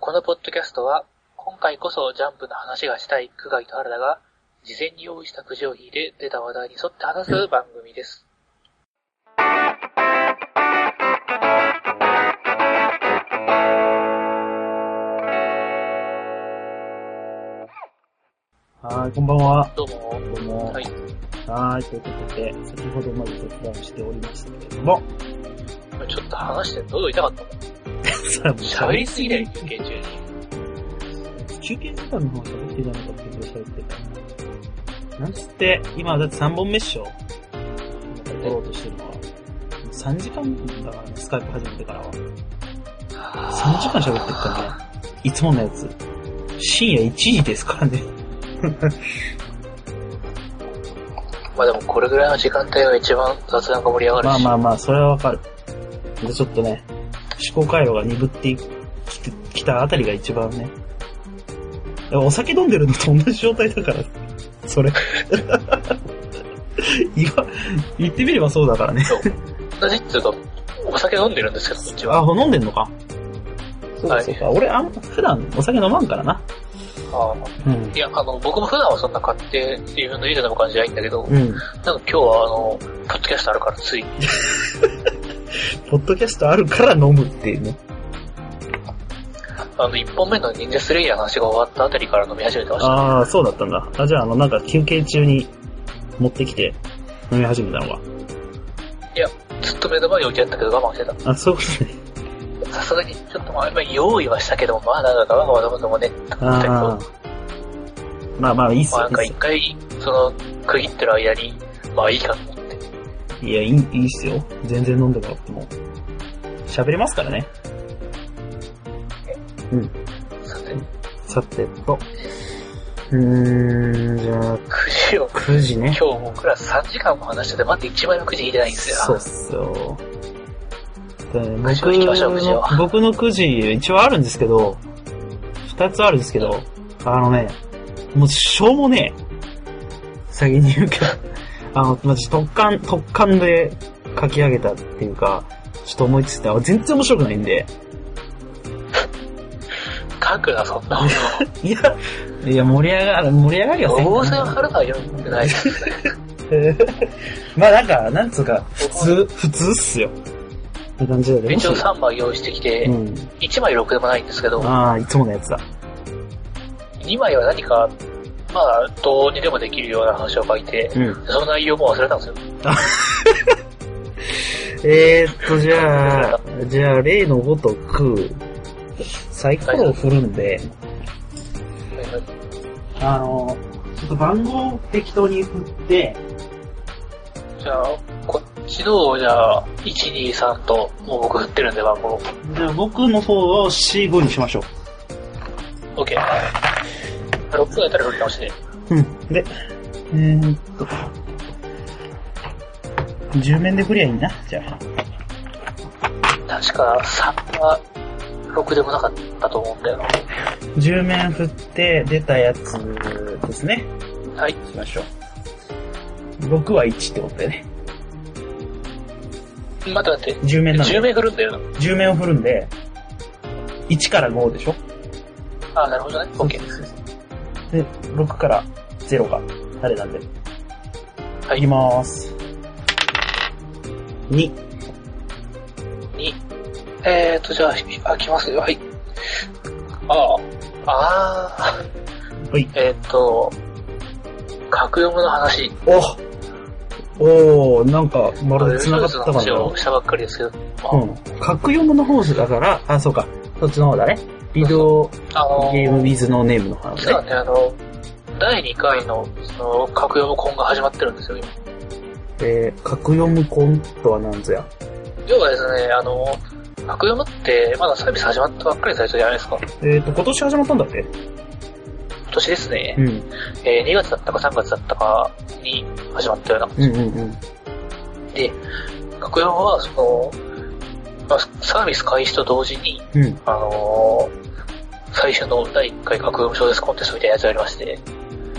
このポッドキャストは、今回こそジャンプの話がしたい久我井と原田が、事前に用意したくじを引いて出た話題に沿って話す番組です。はい、こんばんは。どうも。どうも。はい。はい、ということで、先ほどまで雑談しておりましたけれども、ちょっと話して喉痛かったもん。 さあ、もう喋りすぎだよ、休憩中に。休憩時間の方が喋ってたのかってこと喋ってた。なんつって、今だって3本目っしょ。今撮ろうとしてるのは。3時間だからね、スカイプ始めてからは。3時間喋ってるからね。いつものやつ。深夜1時ですからね。まあでもこれぐらいの時間帯が一番雑談が盛り上がるし。まあまあまあ、それはわかる。で、ちょっとね、思考回路が鈍ってきてきたあたりが一番ね。でもお酒飲んでるのと同じ状態だから、それ。 今、言ってみればそうだからね。同じっつうか、お酒飲んでるんですけど、こっちは。あ、飲んでんのか。そうはかいそうか。俺、あんま普段お酒飲まんからな。あうんーい。や、あの、僕も普段はそんな買って、自分の家で飲む感じじゃないんだけど、うん。なんか今日はあの、ポッドキャストあるからつい。ポッドキャストあるから飲むっていうね。あの、1本目の忍者スレイヤーの話が終わったあたりから飲み始めてました。ああ、そうだったんだ。あ、じゃあ、あの、なんか休憩中に持ってきて飲み始めたのか。ずっと目の前に置いてあったけど我慢してた。あ、そういうことね。さすがに、ちょっとまあ、今用意はしたけど、まあ、なんか我慢は飲むのもね、みたいあなあ。まあまあ、いいっすまあ、よなん。か一回、その、区切ってる間に、まあいいかと思って。いや、いい、いいっすよ。全然飲んでもらっても。喋れますからね。さて、さてと。うーん、じゃあ、くじを、 9時今ね日。僕ら3時間も話してて、まだ1枚のくじ引いてないんですよ。そうっすよ。で僕くじを引きましょうくじをの、僕のくじ、一応あるんですけど、二つあるんですけど、あのね、もうしょうもねえ。先に言うけど、 あの、まじ特感、特感で書き上げたっていうか、ちょっと思いついた。全然面白くないんで。書くな、そんなもいや、いや、盛り上がる、盛り上がりはせんの。か大な勢はるのは読んでない。 まあなんか、なんつうか、普通、普通っすよ。って感じだけど。一応3枚用意してきてう、ん。 1枚6でもないんですけど、ああ、いつものやつだ。 2枚は何か、まあ、どうにでもできるような話を書いて、うん。その内容も忘れたんですよ。えーっと、じゃあ、じゃあ、例のごとく、サイコロを振るんで、あの、ちょっと番号を適当に振って、じゃあ、こっちの、じゃあ、1、2、3と、もう僕振ってるんで番号。じゃあ僕の方を C5 にしましょ OK。6分やったら振り直しで。う。うん。で、えーっと、10面で振りゃいいな、じゃあ。確か3は6でもなかったと思うんだよ10面振って出たやつですね。な。はい。しましょう。6は1ってことだよね。待って待って。 10面なんで10。名振るんだよな。 10面を振るんで、1から5でしょあ、なるほどね。OK。で、6から0があれなんで。はいいきまーす。2。 2。えーと、じゃあ、開きますよ。はい。ああ。ああ。はい。えーっと、格読むの話。おおーなんか、まるで繋がのったか話なを。したばっかりですけど。うん。格読むの方だから、あ、そうか。そっちの方だね。ビデオあのゲームウィズのネームの話実はね。ね、あの、第2回の、その、格読むコンが始まってるんですよ、今。えー、格読むコンとは何ぞや。要はですね、あの、格読むって、まだサービス始まったばっかり最初じゃないですか。えっ、と、今年始まったんだって今年ですね、うん。えー2月だったか3月だったかに始まったようなうんうんうん。で、格読むは、その、まあ、サービス開始と同時に、うん。あのー最初の第1回格読む小説コンテストみたいなやつがありまして、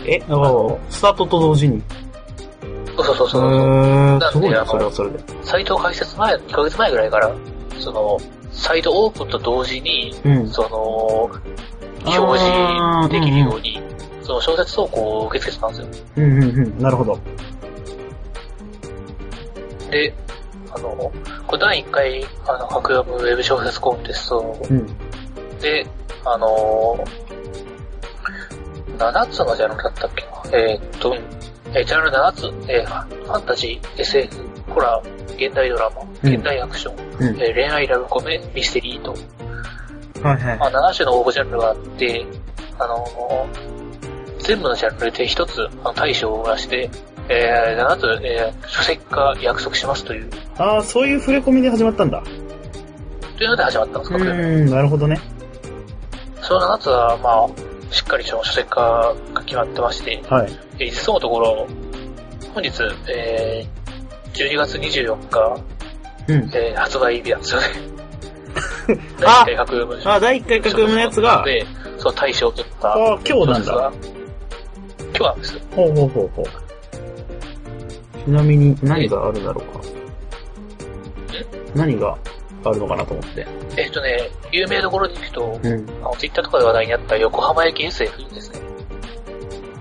え、あのスタートと同時に。そうそうそうへそう、ーなんですごいあな、のそれはそれで。サイトを開設前、2ヶ月前ぐらいから、その、サイドオープンと同時に、うん。その、表示できるように、その小説投稿を受け付けてたんですうんうんうん。なるほど。よ。で、あの、これ第1回、あの、格読ウェブ小説コンテストうん。で、あのー、7つのジャンルだったっけな。えーっと、えージャンル7つ、えーファンタジー、SF、ホラー、現代ドラマ、うん現代アクション、うん。えー恋愛ラブコメ、ミステリーと、はいはい。まあ、7種の応募ジャンルがあって、あのー全部のジャンルで1つあの大賞を出して、えー7つ、えー書籍化約束しますという、ああ、そういう触れ込みで始まったんだ。というので始まったんですうか、これーん、なるほどね。その7つは、まあ、しっかりその書籍化が決まってまして、はい。えー実のところ、本日、えー、12月24日、うん。えー発売日なんですよ ね。あ大体100分あ、第1回格読むやつが、で、そう、大賞を取った。あー今日なんだ。今日なんですよ。ほうほうほうほう。ちなみに何があるんだろうか。何があるのかなと思って。えっとね、有名どころで行くと、うん。あの、ツイッターとかで話題になった横浜駅 SF ですね。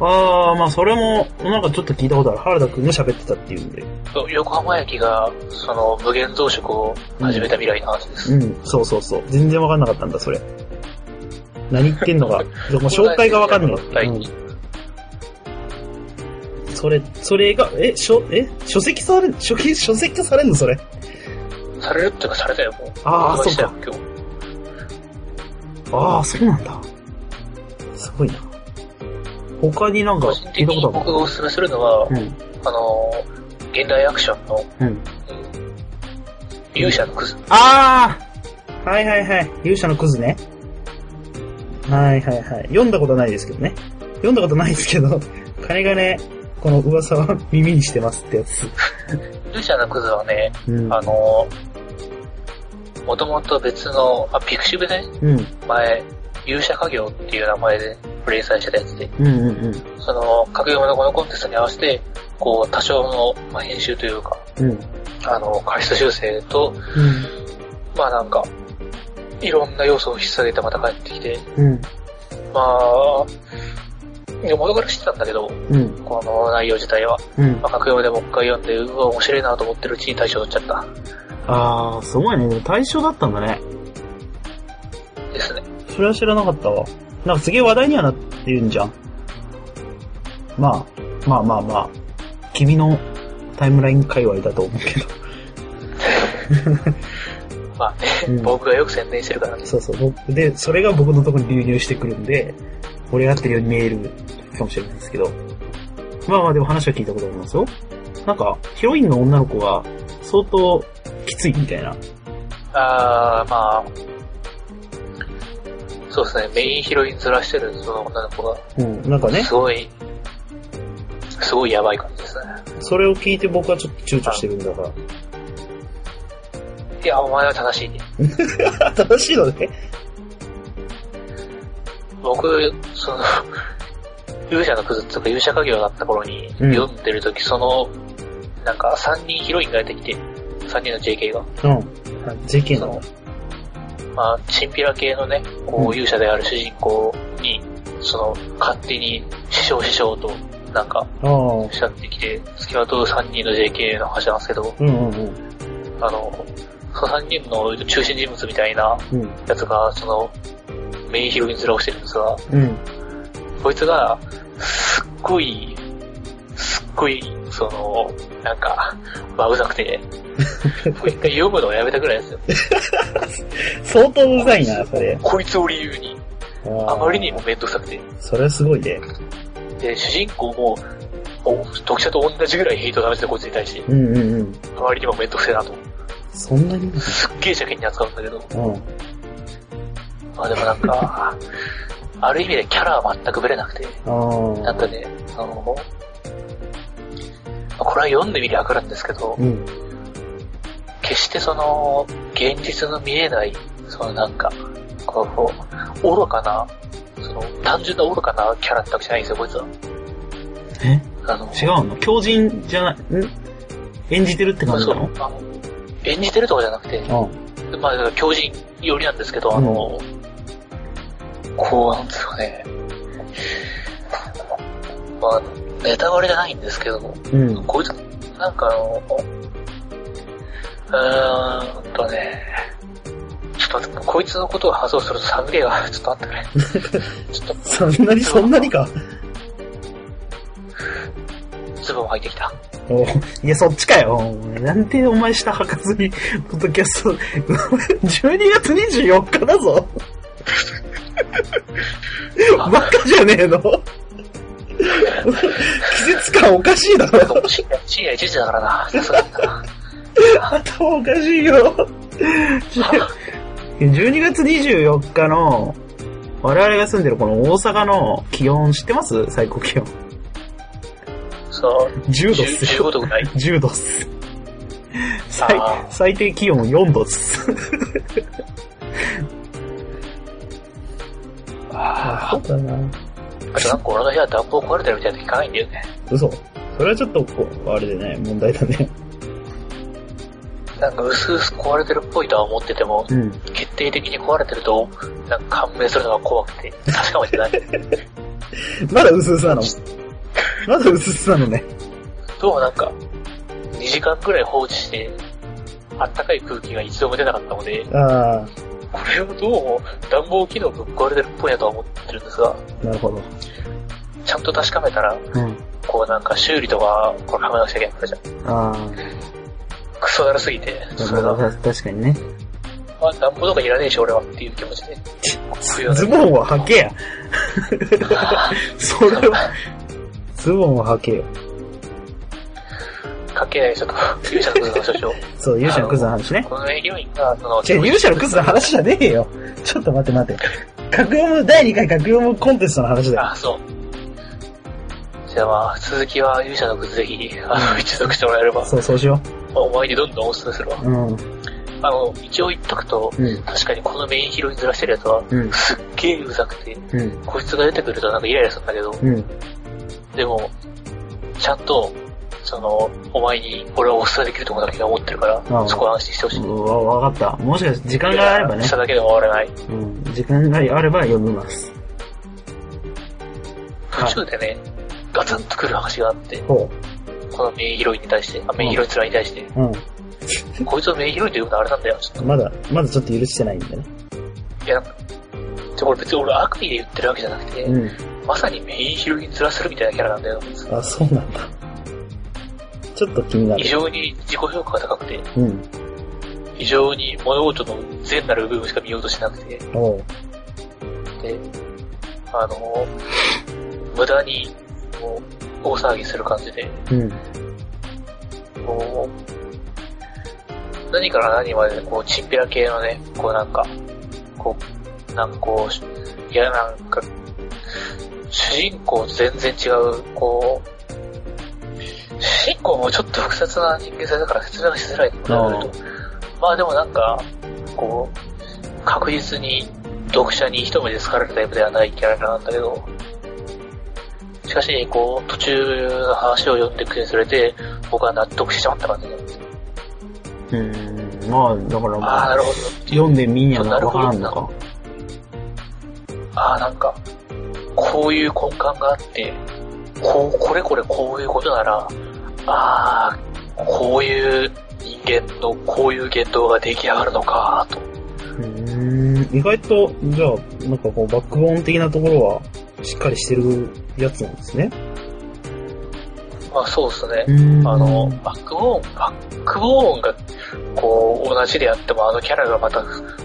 ああ、まあそれも、なんかちょっと聞いたことある。原田くんが喋ってたっていうんで。そう横浜駅が、その、無限増殖を始めた未来の話です。うん、そうそうそう。全然わかんなかったんだ、それ。何言ってんの か。でも紹介がわかんなかった。はいうんそれ、それが、え、書、え、書籍され、書籍、書籍化されんのそれ。されるっていうかされたよ、もう。あー発売したよそ今日。ああ、そうなんだ。すごいな。他になんか個人聞的いたにことある僕がおすすめするのは、うん、あのー、現代アクションの、うん。勇者のクズ。ああはいはいはい。勇者のクズね。はいはいはい。読んだことないですけどね。読んだことないですけど、 金がね、この噂は耳にしてますってやつ。勇者のクズはね、うん。あのー、もともと別の、あ、ピクシブでね、うん。前、勇者家業っていう名前で連載してたやつで、うんうんうん。その、格読のこのコンテストに合わせて、こう、多少の、まあ、編集というか、うん。うん。あの、過失修正と、まあなんか、いろんな要素を引っ提げてまた帰ってきて、うん。まあ、いや元から知ってたんだけど、うん。この内容自体は。うん。まあ、格読でもう一回読んで、うわ、面白いなと思ってるうちに大賞取っちゃっああすごいね。でも対象だったんだね。た。ですね。それは知らなかったわ。なんかすげえ話題にはなってるんじゃん。まあ、まあまあまあ、君のタイムライン界隈だと思うけど。まあね、 うん僕がよく宣伝してるからね。そうそう僕。で、それが僕のところに流入してくるんで、盛り上がってるように見えるかもしれないですけど。まあまあでも話は聞いたことありますよ。なんか、ヒロインの女の子が相当きついみたいな。あー、まあ、そうですね、メインヒロインずらしてる、その女の子うん。なんかが、ねす、ごい、すごいやばい感じですね。それを聞いて僕はちょっと躊躇してるんだ が。いや、お前は正しいね。正しいのね。僕、その、 勇者のクズっていうか勇者家業だった頃に、うん読んでる時、その、なんか3人ヒロインが出てきて、3人の JK が、うん。あ JK の。まあ、チンピラ系のね、こううん勇者である主人公に、その、勝手に師匠師匠と、なんか、ああ。しちゃってきて、付きまとう3人の JK の話なんですけど、うんうんうん。あの、その3人の中心人物みたいなうん。やつが、その、メインヒロイン面をしてるんですが、うん。こいつが、すっごい、すっごい、その、なんか、まうざくて、もう一回読むのをやめたぐらいですよ。相当うざいな、それ。こいつを理由に、ああまりにも。めんどくさくて。それはすごいね。で、主人公も、お読者と同じぐらいヘイトを試してこいつに対して、うんうんうん。あまりにもめんどくせえなと。そんなにすっげえ邪険に扱うんだけど、うん。まあでもなんか、ある意味でキャラは全くぶれなくて、あなあん。かね、あの、これは読んでみりゃわかるんですけどう、ん。決してその、現実の見えない、そのなんか、こう、愚かな、その、単純な愚かなキャラってわけじゃないんですよ、こいつは。えあの、違うの狂人じゃない、ん演じてるってまあ感じそなうの、あの、演じてるとかじゃなくて、あまあ、教人よりなんですけど、あの、こう、なんですかね。まあ、ネタバレじゃないんですけど、うん。こいつ、なんかあの、うーんとね、ちょっと待って、こいつのことを発想すると寒気が、 ちょっと待ってね。ちょっそんなに、そんなにか。と、ズボン履いてきた。おいや、そっちかよ。なんでお前下履かずに、ポッドキャスト、12月24日だ ぞ。バカじゃねえの 季節感おかしいだ ろ。なんか深夜、深夜1時だからな。さすがにな。頭おかしいよ。12月24日の、我々が住んでるこの大阪の気温知ってます最高気温。そう、 10度っすよ。 15度ぐらい。 10度っす。最あー最低気温4度っす。ああ、そうだな。あとなんか俺の部屋暖房壊れてるみたいな聞かないんだよね。嘘。それはちょっとこう、あれでね、問題だね。なんか薄々壊れてるっぽいとは思ってても、うん。決定的に壊れてると、なんか感銘するのが怖くて、確かめてない。まだ薄々なの。まだ薄々なのね。どうもなんか、2時間くらい放置して、あったかい空気が一度も出なかったので、あこれをどうも暖房機能ぶっ壊れてるっぽいなとは思ってるんですが、あ、なるほど。ちゃんと確かめたら、うん。こうなんか修理とか、これはめなくちゃいけないからじゃん。ああ、クソだるすぎて、それが、ま確かにね。あ暖房とかいらねえし俺はっていう気持ち で。冬はねズボンは履けや。 それは、ズボンは履けよ。関係ないですよ、と。勇者のクズの少々。そう、勇者のクズの話ね。この営業員が、その、違う、勇者のクズの話じゃねえよ。ちょっと待って待って。格読む、第2回格読むコンテストの話だよ。あ、そう。じゃあまあ、続きは勇者のクズぜひ、あの、一読してもらえれば、そう、そうしよお前にどんどんお勧めするわ。う。うん。うん。あの、一応言っとくと、確かにこのメインヒロインずらしてるやつは、うん。すっげえうざくて、うん。こいつが出てくるとなんかイライラするんだけど、うん。でも、ちゃんと、その、お前に俺はお勧めできると思うだけが思ってるからあ、あそこは安心してほしい。うんわ、わかった。もしかして時間があればねし。ただけでは終わらない。うん。時間があれば読みます。はい途中でね、ガツンとくる話があって、ほこのメインヒロインに対して、あメインヒロインつらに対して、う。うん。こいつをメインヒロインと呼ぶのあれなんだよ、ちょっまだ、まだちょっと許してないんだね。と。いや、なんかで俺別に俺悪意で言ってるわけじゃなくて、うん。まさにメインヒロインずらするみたいなキャラなんだよ。あ、そうなんだ。ちょっと気にな非る。常に自己評価が高くて、うん。非常に物事の善なる部分しか見ようとしなくて、おう。で、あの、無駄に、もう、大騒ぎする感じで、うん。もう、何から何まで、こう、チンピラ系のね、こうなんか、こう、なんかこう、いやなんか、主人公と全然違う、こう、主人公もちょっと複雑な人間性だから説明がしづらいと思うんだけど、まあでもなんか、こう、確実に読者に一目で好かれるタイプではないキャラなんだけど、しかし、こう、途中の話を読んでいくにつれて、僕は納得してしまった感じで。うん。まあ、だからああ、まなあ、るほど。読んでみんやな、わからんのか。ああ、なんか、こういう根幹があって、こう、これこれこういうことなら、ああ、こういう人間のこういう言動が出来上がるのか、と。うん。意外と、じゃあ、なんかこう、バックボーン的なところは、しっかりしてるやつなんですね。まあそうですね。んあの、バックボーン、バックボーンが、こう、同じであっても、あのキャラがまた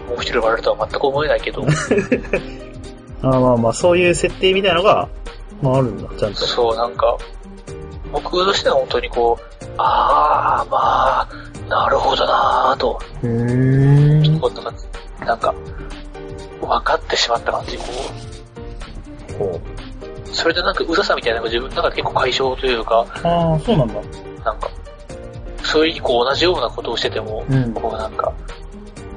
面白いわれるとは全く思えない けど、あまあまあ、そういう設定みたいのが、まああるんだ、ちゃんと。そう、なんか、僕としては本当にこう、ああ、まあ、なるほどなぁと、うーん。こんな感じ、なんか、分かってしまった感じ、ここう。う、それでなんか、うざさみたいなのが自分の中で結構解消というか、ああ、そうなんだ。なんか、それにこう同じようなことをしてても、うん。こうなんか、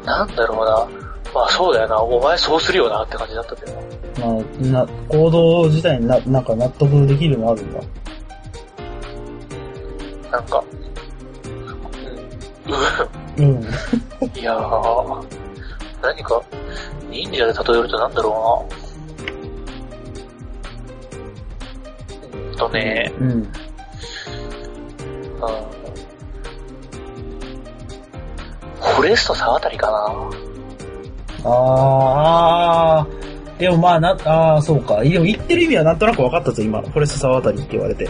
なんだろうな、まあそうだよな、お前そうするよなって感じだったけど、まあ、な、行動自体にな、なんか納得できるのあるんだ。なんか、うん、うん。いやー、何か、忍者で例えるとなんだろうな。うーんとね、ううん。ん、フォレストさんあたりかな。あーあー、でもまあな、ああ、そうか。でも言ってる意味はなんとなく分かったぞ、今。フォレスト沢渡りって言われて。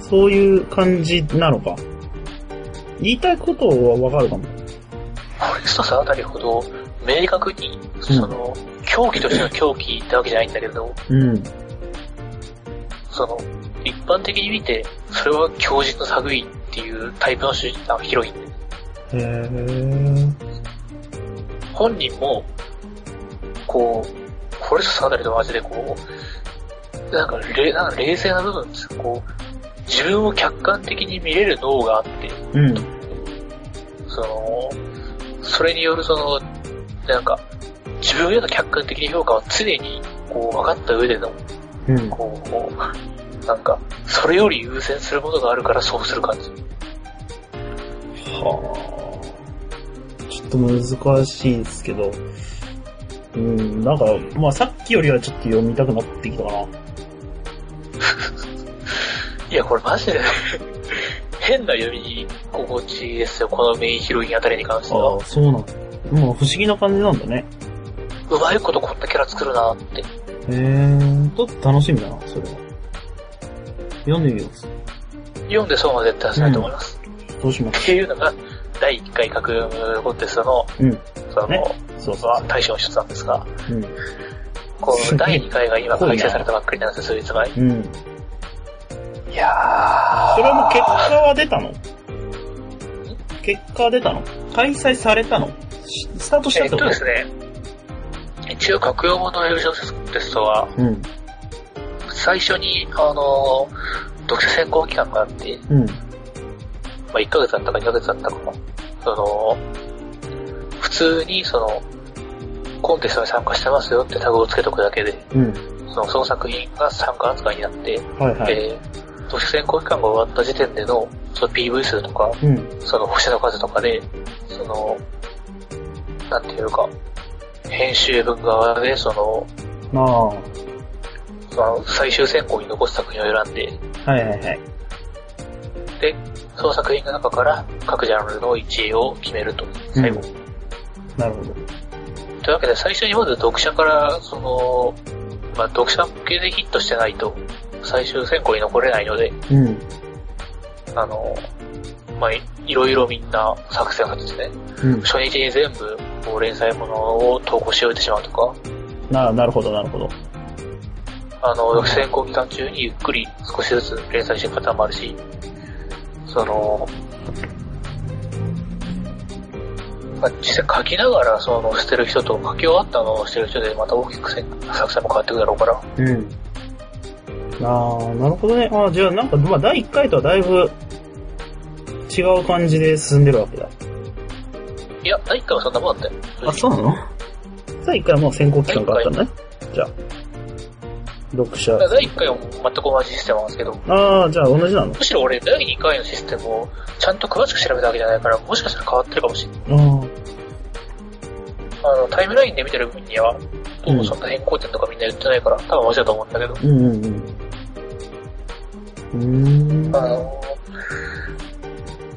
そういう感じなのか。言いたいことは分かるかも。フォレストさんあたりほど、明確に、その、狂気としての狂気ってわけじゃないんだけど、うん。その、一般的に見て、それは狂人の類いっていうタイプの主人あのヒロインで、へー。本人も、こう、フォレストさんあたりと同じでこう、なんかれなんか冷静な部分ですよこう、自分を客観的に見れる脳があって、うん。その、それによるその、なんか、自分への客観的な評価は常に、こう、分かった上での、うん。こうこう、なんか、それより優先するものがあるからそうする感じ。はあ。ちょっと難しいですけど。うん、なんか、まあさっきよりはちょっと読みたくなってきたかな。いや、これマジで、変な読み心地ですよ、このメインヒロインあたりに関しては。あ、そうなんだ。まあ不思議な感じなんだね。うまいことこんなキャラ作るなって。へー、ちょっと楽しみだな、それは。読んでみよう。読んで損は絶対しないと思います。どうしますっていうのが、第1回格読コンテストの、うん。そねの、そうそまあう対象の一つなんですが、そう。こすげう、え第2回が今開催されたばっかりなんですよ、数日前。うん。うん。そいやー。れはもう結果は出たの結果は出たの開催されたのしスタートしたえっってこととですね、一応、格用語のウェブ小説コンテストは、うん。最初に、あの、読者選考期間があって、うん。まあ、1ヶ月だったか2ヶ月だったかも、その、普通に、その、コンテストに参加してますよってタグをつけとくだけで、うん。その、その作品が参加扱いになって、はいはい。えー、読者選考期間が終わった時点での、その PV 数とか、うん。その星の数とかで、その、なんていうか、編集文側でその、まあ、はその最終選考に残す作品を選んで、いはいはい。で、その作品の中から各ジャンルの1位を決めると、最後。なるほど。というわけで、最初にまず読者から、その、まあ、読者向けでヒットしてないと、最終選考に残れないので、うん。あの、まあ、いいろいろみんな作戦を立ててね、うん。初日に全部、こう連載ものを投稿し終えてしまうとか、な、なるほど、なるほど。あの、予選後期間中にゆっくり少しずつ連載していくパターンもあるし、その、まあ、実際書きながらそのしてる人と書き終わったのをしてる人でまた大きくせ作戦も変わってくるだろうから、うん。ああ、なるほどね。ああ、じゃあなんか、まあ、第1回とはだいぶ違う感じで進んでるわけだ。いや、第1回はそんなもんだったよ。うなの第1回はもう選考期間があったんだね。じゃあ。読者だか。ら第1回は全く同じシステムなんですけど、ああ、じゃあ同じなのむしろ俺第2回のシステムをちゃんと詳しく調べたわけじゃないから、もしかしたら変わってるかもしれない。ああの、タイムラインで見てる分には、どうもそんな変更点とかみんな言ってないから、多分同じだと思うんだけど、あ、うんうんうん。うーん。あの、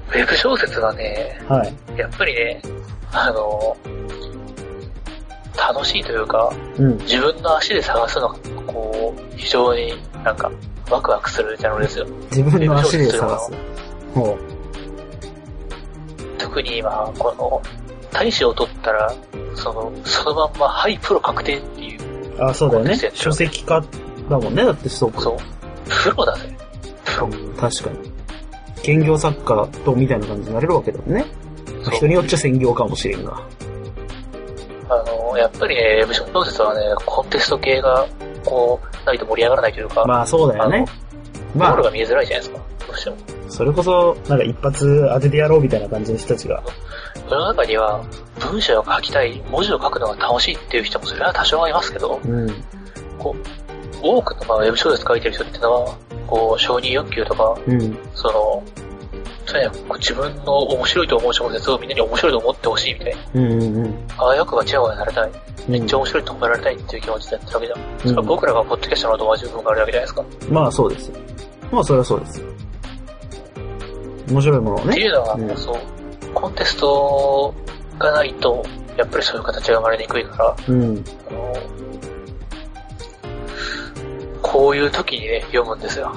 ウェブ小説がね、はい。やっぱりね、あの、楽しいというか、うん。自分の足で探すのが、こう、非常になんか、ワクワクするジャンルですよ。自分の足で探す。ほ特に今、この、大賞を取ったら、その、そのまんま、はい、プロ確定っていう、う。ああ、そうだよね。書籍化だもんね。だってそうか。そう、プロだぜ。プロ。確かに。兼業作家とみたいな感じになれるわけだもんね。そう人によっちゃ専業かもしれんが。あの、やっぱりね、ウェブ小説はね、コンテスト系が、こう、ないと盛り上がらないというか、まあそうだよね。まゴールあ、が見えづらいじゃないですか。どうしても。それこそ、なんか一発当ててやろうみたいな感じの人たちが。世の中には、文章を書きたい、文字を書くのが楽しいっていう人もそれは多少はいますけど、うん。こう、多くのまあウェブ小説書いてる人っていうのは、こう、承認欲求とか、うん。その、とにかく自分の面白いと思う小説をみんなに面白いと思ってほしいみたいな。うんうんうん。ああ、よくばチヤホヤされたい。めめっちゃ面白いと褒められたいっていう気持ちでやってるわけじゃん。それはうん僕らがポッドキャストの友達分があるわけじゃないですか。まあそうですよ。まあそれはそうですよ。面白いものをってね。いうのは、うんそう、コンテストがないと、やっぱりそういう形が生まれにくいから、うん。あの、こういう時にね、読むんですよ。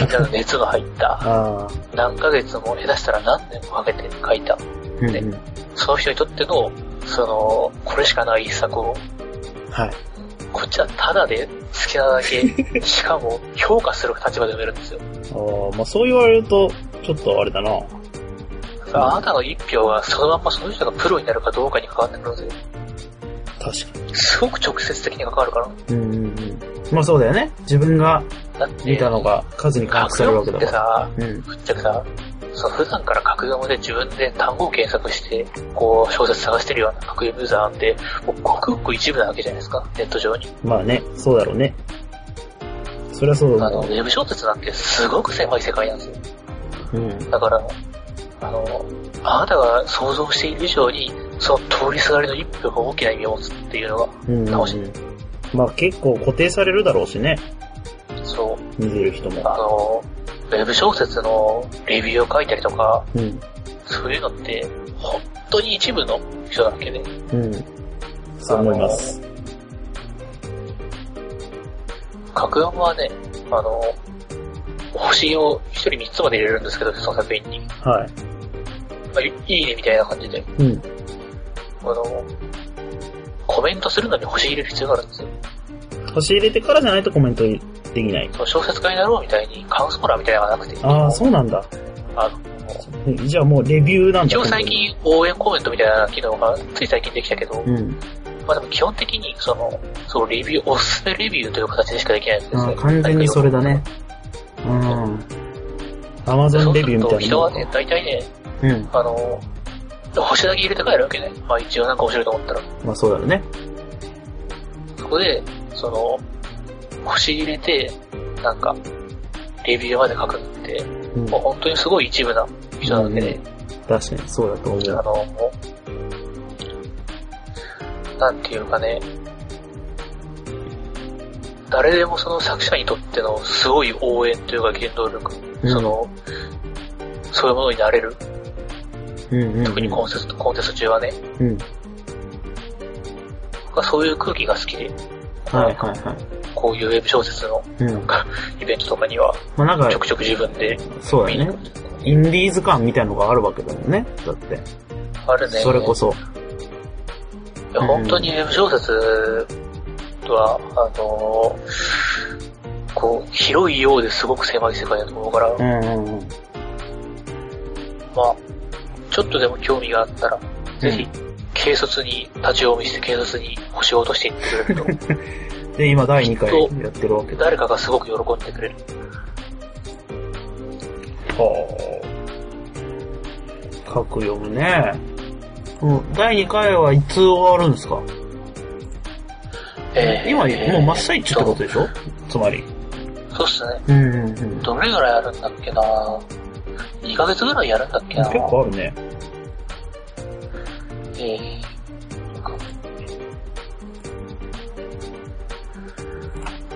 みんなの熱の入った、ああ。何ヶ月も下手したら何年もかけて書いた、うんねうん。その人にとっての、その、これしかない一作を、はい。こっちはただで好きなだ け、しかも評価する立場で読めるんですよ。ああ、まあそう言われると、ちょっとあれだな。あなたの一票がそのまんまその人がプロになるかどうかに関わってくるんですよ。確かすごく直接的に関わるから。に。うんうんうん。まあそうだよね。自分がだって、見たのが数に隠されるわけだってから。さ、うん。ぶっちゃけさ、その普段から格読で自分で単語を検索して、こう、小説探してるような格読ユーザーなんて、もうごくごく一部なわけじゃないですか、ネット上に。まあね、そうだろうね。そりゃそうあだの、ウろェブ小説なんてすごく狭い世界なんですよ。う。うん。だから、あの、あなたが想像している以上に、その通りすがりの一票が大きな意味を持つっていうのが、うんうん楽しまあ結構固定されるだろうしね。そう、見てる人も。あの、ウェブ小説のレビューを書いたりとか、うん。そういうのって、本当に一部の人だけで、うん。そう思います。格読はね、あの、星を一人三つまで入れるんですけど、その作品に。はまあ、いいいねみたいな感じで。い。うん。あの、コメントするのに星入れる必要があるんですよ。星入れてからじゃないとコメントできない。その小説家になろうみたいに感想欄みたいなのがなくて。ああ、そうなんだ。あのじゃあもうレビューなんだ。一応最近応援コメントみたいな機能がつい最近できたけど本当、に。うん。まあでも基本的にその、そのレビュー、おすすめレビューという形でしかできないんですあよあ、完全にそれだね。うん。アマゾンレビューみそうたするとい人なはね、大体ね、うん。あの、星だけ入れて帰るわけね。まあ一応なんか面白いと思ったら。まあそうだろうね。そこで、その、星入れて、なんか、レビューまで書くのって、うん。もう本当にすごい一部な人なわけで、確かにそうだと思あの、う。もう、なんていうかね、誰でもその作者にとってのすごい応援というか原動力、うんその、そういうものになれる。うんうんうん。特にコンテスト、コンテスト中はね、うん。僕はそういう空気が好きで、はいはいはこういうウェブ小説のい。うん。イベントとかには、まあなんかちょ、くちょく自分でそうだよね。インディーズ感みたいのがあるわけだもんね。だって。あるね。それこそ。いや、本当にウェブ小説は、あのこう、広いようですごく狭い世界だと思うから、うまんうんうん。あ、ちょっとでも興味があったら、ぜひ、軽率に立ち読みして軽率に星を落としていってくれ るで、今第2回きっやってるわけと、だ。誰かがすごく喜んでくれる。はあ。書く読むね。うん。第2回はいつ終わるんですかえー今、もう真っ最中ってことでしょつまり。そうっすね。うんうんうん。どれぐらいやるんだっけな2ヶ月ぐらいやるんだっけな結構あるね。えー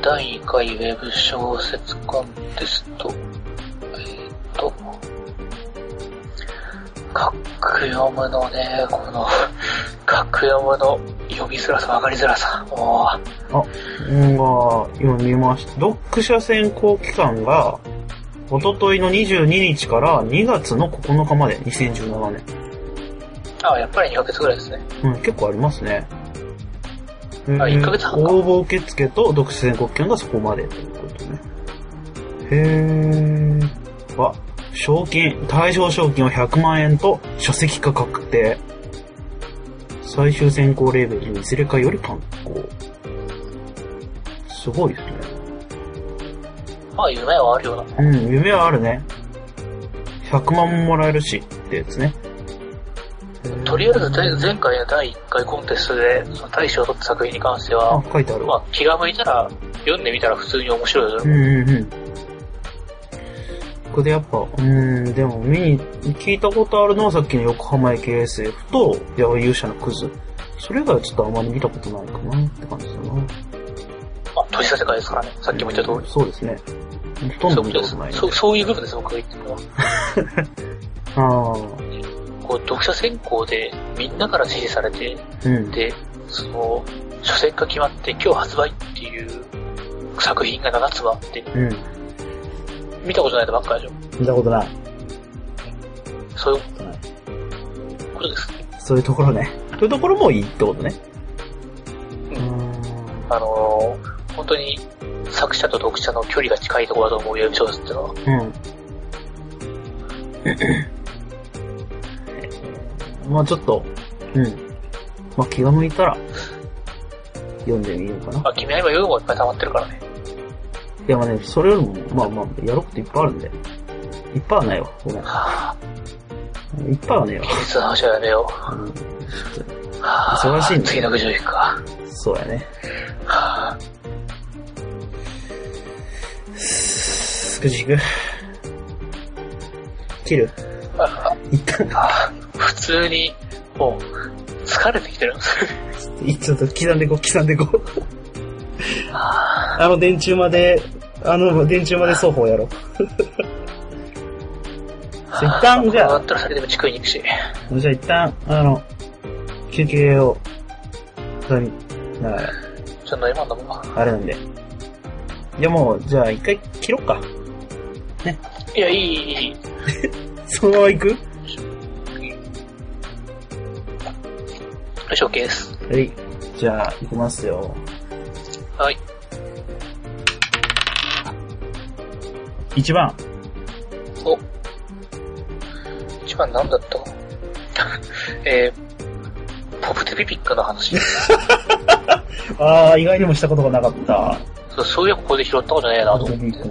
第2回ウェブ小説コンテスト、えーっと、書く読むのね、この、 書く読むの読みづらさ、わかりづらさ、もうんが、今見ました。読者選考期間が、おとといの22日から2月の9日まで、2017年。う、あ、やっぱり2ヶ月ぐらいですね。うん、結構ありますね。えー1ヶ月半か応募受付と読者選考権がそこまでということね。へー。あ、賞金、対象賞金は100万円と書籍化確定。最終選考レベルにいずれかより刊行。すごいですね。まあ、夢はあるような。うん、夢はあるね。100万ももらえるしってやつね。とりあえず、前前回の第1回コンテストで、その大賞を取った作品に関してはあ、、書いてあるまあ、気が向いたら、読んでみたら普通に面白いようんうんうん。僕でやっぱ、うーん、でも見に、聞いたことあるのはさっきの横浜駅 SF と、やばい勇者のクズ。それ以外はちょっとあまり見たことないかなって感じだな。まあ、閉じた世界ですからね。さっきも言った通り。そうですね。ほとんそどういうこ見たこととでないす。ね、そうそういう部分です、僕が言ってるのは。ああ、こう、読者選考でみんなから支持されて、うん。で、その、初戦が決まって今日発売っていう作品が7つもあって、うん。見たことないとばっかりでし見たことない。ょ。そういうことですね。そういうところね。そういうところもいいってことね。うんんあのー本当に作者と読者の距離が近いところだと思う、読み小説ってのは。うん。まあちょっと、うん。まあ気が向いたら、読んでみようかなま。あ、君は今読むもいっぱい溜まってるからね。いやまあね、それよりも、まあまあ、やることいっぱいあるんで。いっぱいはないわ、ごめはぁ、ん。いっぱいはねえわ。現実の話はやめようんちょっう。はぁ忙しいんだ 次の駆除行くか。とそうやね。は少し引く。切 る一ぁ、旦、はぁ普通に、もう、疲れてきてる。ちょっと刻んでこう、刻んでこう。はあの電柱まで、あの電柱まで双方やろう。ぁ一旦じゃあこうなったらそれでも地区に行くし。じゃあ一旦、あの、休憩を、取りながら、ちょっと今のもん。あれなんで。いやもう、じゃあ一回切ろっか。いや、いい、いい、いい。そのまま行くよし、OK です。はい。じゃあ、行きますよ。はい。 1番。お。一番何だった えー、ポプテピピックの話。あー、意外にもしたことがなかった。そうそういえばここで拾ったことねえなと思って。そ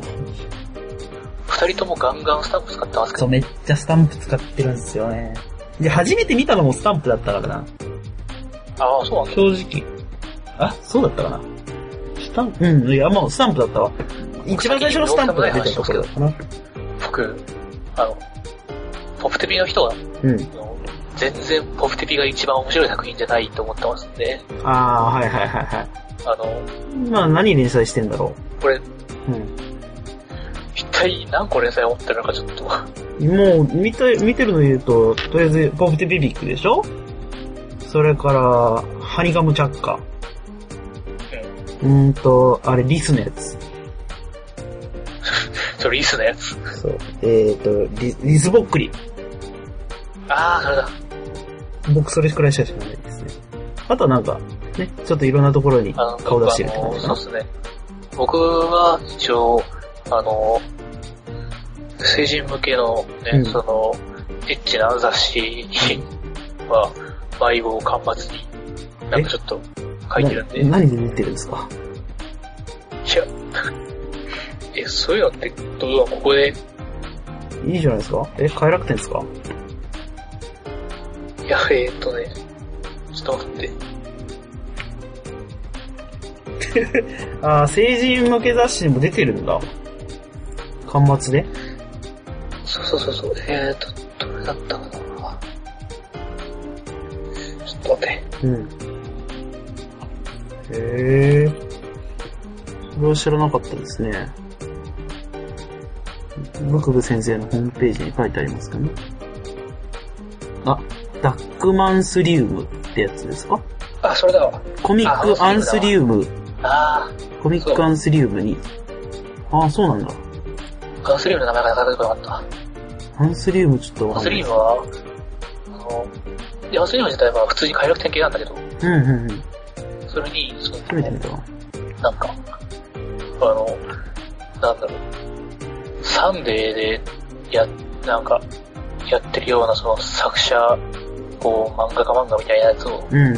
二人ともガンガンスタンプ使ってますけう、ど。めっちゃスタンプ使ってるんですよね。で、初めて見たのもスタンプだったからな。ああ、そうなんだ。正直。あ、そうだったかな。スタンプうん、いや、もうスタンプだったわ。一番最初のスタンプが出たところだったな。僕、あの、ポプテピの人が、うん。あの全然ポプテピが一番面白い作品じゃないと思ってますんで、あー、はいはいはいはあの、い。まあ、何連載してんだろこれ、う。一体何個連載持ってるのかちょっと。うん。もう、見て、見てるの言うと、とりあえず、ポプテビビックでしょそれから、ハニガムチャッカ。うーんと、あれ、リスのやつ。それいいっすね。そう。えーと、リリスぼっくり。ああ、それだ。僕それくらいしか知らないですね。あとはなんか、ね、ちょっといろんなところにあの顔出してるって感じかあのな。そうですね。僕は一応、あの、成人向けのね、うんその、エッチな雑誌には、毎号間伐に、なんかちょっと書いてるんで、いな何で見てるんですかや、え、そういうのって、どうだ、ここで、いいじゃないですかえ、快楽天ですかいや、えーっとね、ちょっと待って、あー、成人向け雑誌にも出てるんだ。端末でそうそうそうそう、えーっと、どれだったかな。ちょっと待って、うん。へえ。それは知らなかったですね。ブクブ先生のホームページに書いてありますかね。あ、ダックマンスリウムってやつですかあ、それだわ。コミックアンスリウム、あー。コミックアンスリウムに。ああ、そうなんだ。ガンスリムの名前がなかなか出てこなかっアンスリウムちょっとた。ガンわスかんないリムは、あの、ガンスリム自体は普通に火力典系なんだけど、うんうんうん。それに、そ初のめて見たわ。なんか、あの、なんだろう、サンデーで、や、なんか、やってるようなその作者、こう、漫画家漫画みたいなやつを、うん。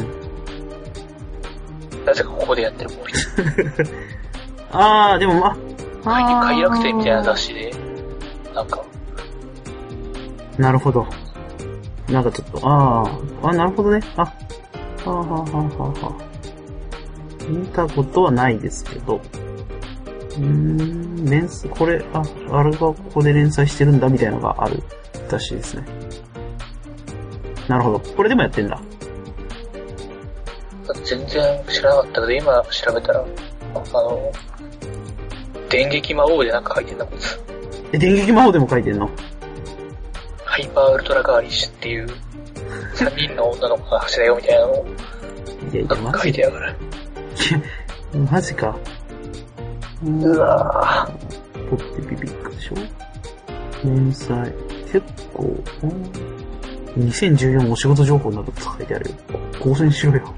なぜかここでやってるもう一ああ、でもま、回あー快楽典みたいな雑誌で、なんか、なるほど。なんかちょっと、ああ、あ、なるほどね。あ、はあ、はあはあはあはあ。見たことはないですけど。うん、連載、これ、あ、あれがここで連載してるんだみたいなのがあるらしいですね。なるほど。これでもやってんだ。全然知らなかったけど、今調べたら、あの、電撃魔王でなんか書いてんだこいつ。え、電撃魔法でも書いてんのハイパーウルトラガーリッシュっていう、3人の女の子が走れよみたいなのをいやいや、なんマか書いジてやがる。 マジか。うわぁ。ポッテピピックでしょ連載。結構、うん2014お仕事情報などと書いてあるよ。更新しろよ。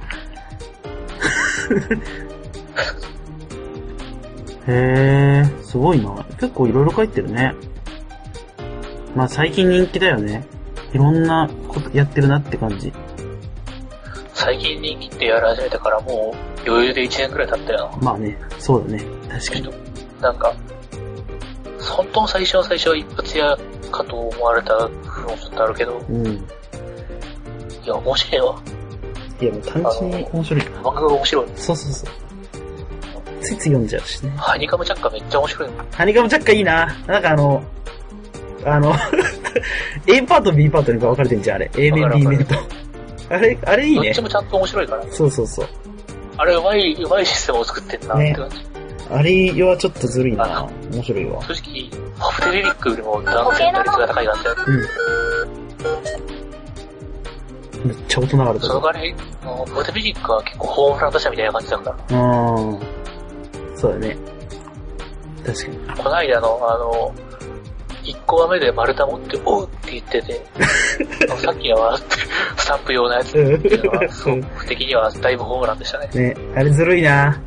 へえ、すごいな。結構いろいろ書いてるね。まあ最近人気だよね。いろんなことやってるなって感じ。最近人気ってやり始めたからもう余裕で1年くらい経ったよな。まあね、そうだね。確かに。なんか、本当の最初の最初は一発屋かと思われた部分もちょっとあるけど、うん。いや、面白いわ。いやもう単純に面白い。漫画が面白い。そうそうそう。ついつい読んじゃうしね。ハニカムチャッカめっちゃ面白い。ハニカムチャッカいいな。なんかあの、あの、A パート、B パートに分かれてんじゃん、あれ。A 面、わかる B わかる面と。あれ、あれいいどねっち。もちゃんと面白いから。そうそうそう。あれ、うまい、うまいシステムを作ってんなって感じ。あれはちょっとずるいな。面白いわ。正直、パフテリリックよりも断然打率が高いなって。うん。めっちゃ大人があるそのと代わり、あのパフテリリックは結構ホームラン打者みたいな感じだから。思う。うん。そうだね。確かに。この間の、あの、1個目で丸太持って、おうって言ってて、あのさっきのは、スタンプ用のやつっていうのは、そう、僕的にはだいぶホームランでしたね。 ね、あれずるいな。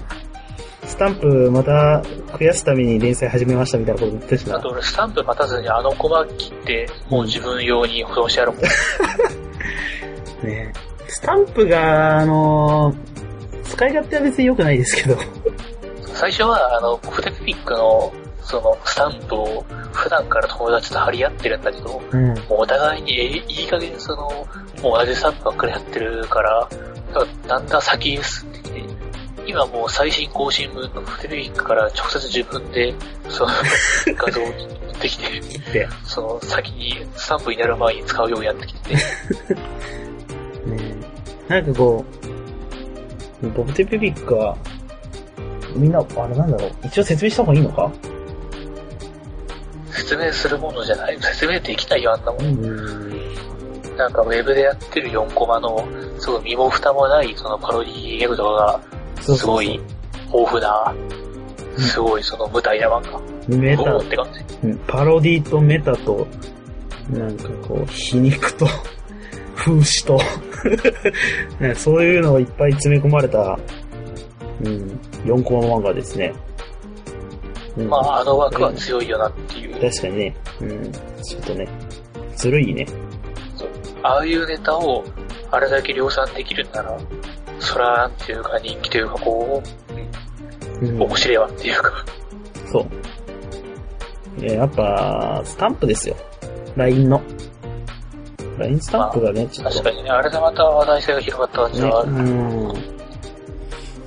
スタンプまた増やすために連載始めましたみたいなこと言ってたしあなと。俺、スタンプ待たずにあのコマ切って、もう自分用に保存してあるもん。ねスタンプが、あのー使い勝手は別に良くないですけど。最初は、あの、フテピックの、その、スタンプを普段から友達と張り合ってるんだけど、もううん。お互いにえいい加減その、もう同じスタンプばっかりやってるから、だからだんだん先へ進んできて、今もう最新更新分のフテピックから直接自分で、そ の、画像を持ってきて、で、その先にスタンプになる前に使うようにやってきてて、ねなんかこう、ボブテピピックは、みんな、あれなんだろう、一応説明した方がいいのか説明するものじゃない、説明できないよ、あんなもん。ん。なんかウェブでやってる4コマの、すごい身も蓋もないそのパロディ映画とかが、そうそうそうすごい豊富な、んすごいその舞台な漫画。メタ、おーって感じ。うんパロディとメタと、なんかこう、皮肉と、 風刺と、 ね、そういうのがいっぱい詰め込まれた、うん、4コマ漫画ですね。うんまああの枠は強いよなっていう。確かにね。うん。ちょっとね。ずるいね。ああいうネタをあれだけ量産できるんなら、そらなんていうか人気というかこうう、ん面白いわっていうか。そう。いや、やっぱ、スタンプですよ。LINE の。LINE スタンプがね、ちょっ確と。かにね、あれでまた話題性が広がった感じねはあ、る。うん。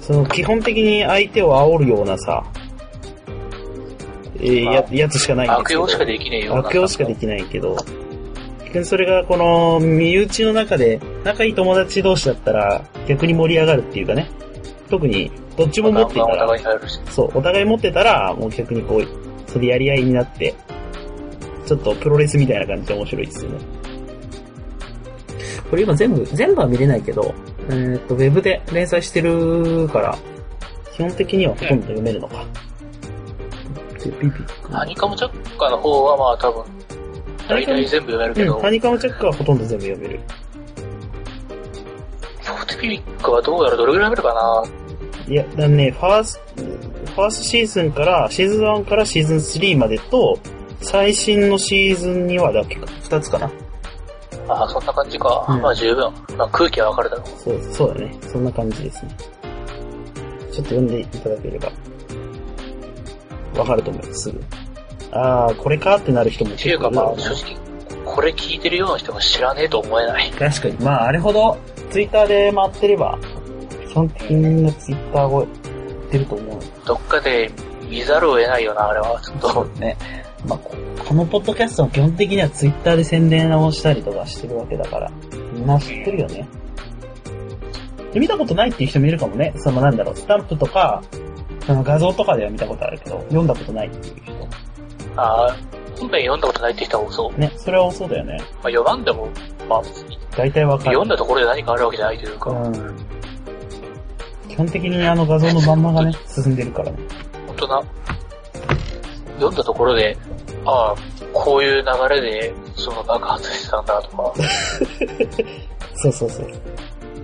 その、基本的に相手を煽るようなさ、えーまあや、やつしかないんです悪けど。用しかできねえような。悪用しかできないけど、逆にそれがこの身内の中で、仲いい友達同士だったら逆に盛り上がるっていうかね、特にどっちも持っていたお互ら、いに入るし。そう、お互い持ってたら、もう逆にこう、それでやり合いになって、ちょっとプロレスみたいな感じで面白いですよね。これ今全部、全部は見れないけど、えーっと、ウェブで連載してるから、基本的にはほとんど読めるのか。でピピハニカムチャッカーの方はまあ多分、大体全部読めるけうど、ん、ハニカムチャックはほとんど全部読める。ソフトピックはどうやらどれぐらい見るかないや、だからね、ファースト、ファーストシーズンから、シーズン1からシーズン3までと、最新のシーズンには、だから結構2つかな。ああ、そんな感じか。うんまあ十分。まあ空気はわかるだろう。そう、そうだね。そんな感じですね。ちょっと読んでいただければ、わかると思う、すぐ。あー、これかってなる人もってい結う構かいるだまろあうな正直、これ聞いてるような人が知らねえと思えない。確かに。まあ、あれほど、ツイッターで回ってれば、基本的にみんなツイッターをやってると思う。どっかで見ざるを得ないよな、あれは。ちょっ と。ね。まあ、ここのポッドキャストも基本的にはツイッターで宣伝をしたりとかしてるわけだから、みんな知ってるよね。で見たことないっていう人もいるかもね。そのなんだろう、スタンプとか、その画像とかでは見たことあるけど、読んだことないっていう人。ああ、本編読んだことないって人は多そう。まね、それはそうだよね。あ、読まんでも、まあ別に、大体わかる。読んだところで何かあるわけじゃないというか、うん。基本的にあの画像のまんまがね、進んでるからね。本当な、読んだところで、ああ、こういう流れで、その爆発したんだとか、そうそうそう。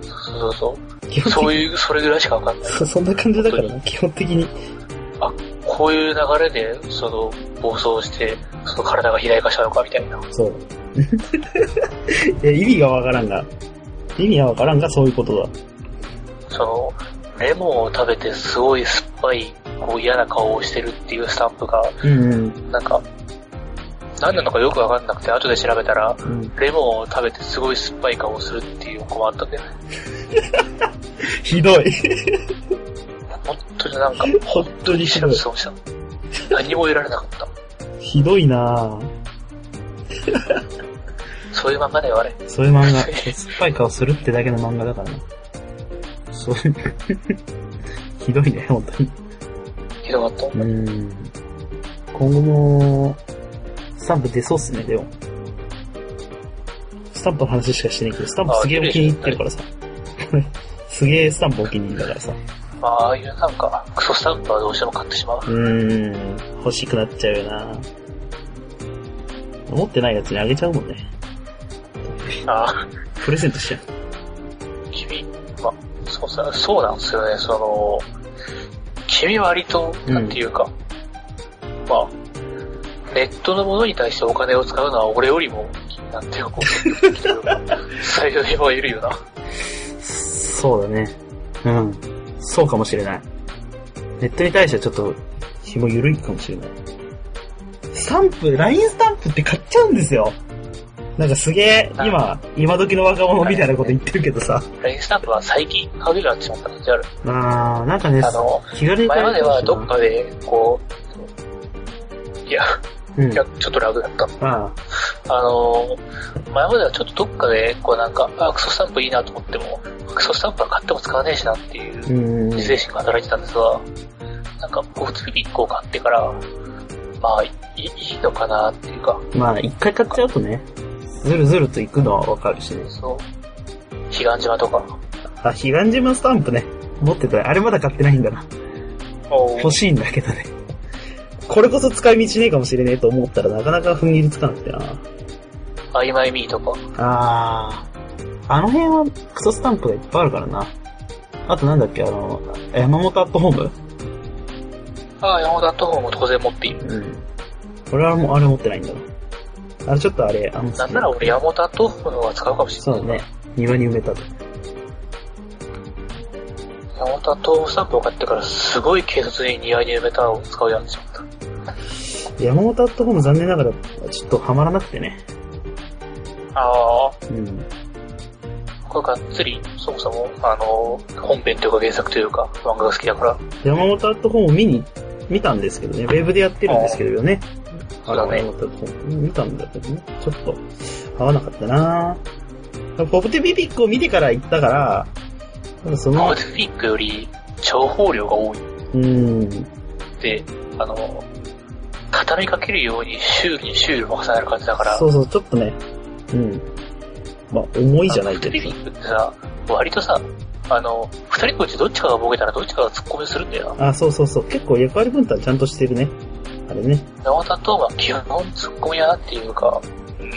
そうそうそ基 う、本そう的にいう、それぐらいしかわかんない。そ、そんな感じだからな、基本的に。こういう流れで、その、暴走して、その体が肥大化したのかみたいな。 そう。いや、意味がわからんが。意味はわからんが、そういうことだ。その、レモンを食べてすごい酸っぱい、こう嫌な顔をしてるっていうスタンプが、うんうん。なんか、何なのかよくわかんなくて、後で調べたら、うん、レモンを食べてすごい酸っぱい顔をするっていう子もあったんだよね。ひどい。本当になんか、本当にひしどらい。そうした。何も得られなかった。ひどいなぁ。そういう漫画だよ、あれ。そういう漫画。酸っぱい顔するってだけの漫画だからな。そういう。ひどいね、本当に。ひどかった。うん。今後も、スタンプ出そうっすね、でも。スタンプの話しかしてないけど、スタンプすげえお気に入ってるからさ。 すげえスタンプお気に入りだからさ。まあ、ああいうなんか、クソスタンプはどうしても買ってしまう。うーん、欲しくなっちゃうよな持ってないやつにあげちゃうもんね。ああ、プレゼントしちゃ君、まあ、そうさ、そうなんですよね、その、君割と、うんなんていうか、まあ、ネットのものに対してお金を使うのは俺よりも、なんていうかこ う、最初にはいるよな。う。そうだね。うん。そうかもしれない。ネットに対してはちょっと、紐緩いかもしれない。スタンプ、LINE スタンプって買っちゃうんですよ。なんかすげえ、今、今時の若者みたいなこと言ってるけどさ。ラインスタンプは最近限るようになってしまった感じある。 あー、なんかね、あの、気軽に買前えまるでかもはしれどなっいかで、こう、いや、うんいや、ちょっとラグだった。ああのー、前まではちょっとどっかで、こうなんか、あ、クソスタンプいいなと思っても、クソスタンプは買っても使わねえしなっていうー、うん。自制心が働いてたんですが、なんか、こう、次に1個買ってから、まあ、いいいのかなっていうか、まあ、一回買っちゃうとね、ずるずると行くのはわかるしね。そう、彼岸島とか、あ、ヒガン島スタンプね。持ってた。あれまだ買ってないんだな。欲しいんだけどね。これこそ使い道ねえかもしれねえと思ったらなかなか踏ん切りつかなくてな。アイマイミーとか、あー。あの辺はクソスタンプがいっぱいあるからな。あとなんだっけ、あの、山本アットホームああ、山本アットホームも当然持っている。うん。俺はもうあれ持ってないんだな。あれちょっとあれ、あの、なんなら俺山本アットホームの方が使うかもしそれうなだい。ね。庭に埋めたと。山本アットホームスタンプを買ってから、すごい軽率に似合いに埋めたを使うようになっちゃった。山本アットホーム残念ながらちょっとハマらなくてね。ああ、うん。僕はがっつり、そもそも、あの、本編というか原作というか、漫画が好きだから、山本アットホーム見に、見たんですけどね、ウェブでやってるんですけどね。そうだね山本アットホーム見たんだけどね、ちょっと合わなかったなポプテビビックを見てから行ったから、なんかそパのー、ティフィックより情報量が多いっうん、て、あの、畳みかけるようにシュールにシュールを重ねる感じだから、そうそう、ちょっとね、うん。まあ、重いじゃないけパーティどフ。ィックってさ、割とさ、あの、二人のうちどっちかがボケたらどっちかが突っ込みするんだよな。あ、そうそうそう、結構役割分担ちゃんとしてるね。あれね。直田とは基本突っ込みやなっていうか、うん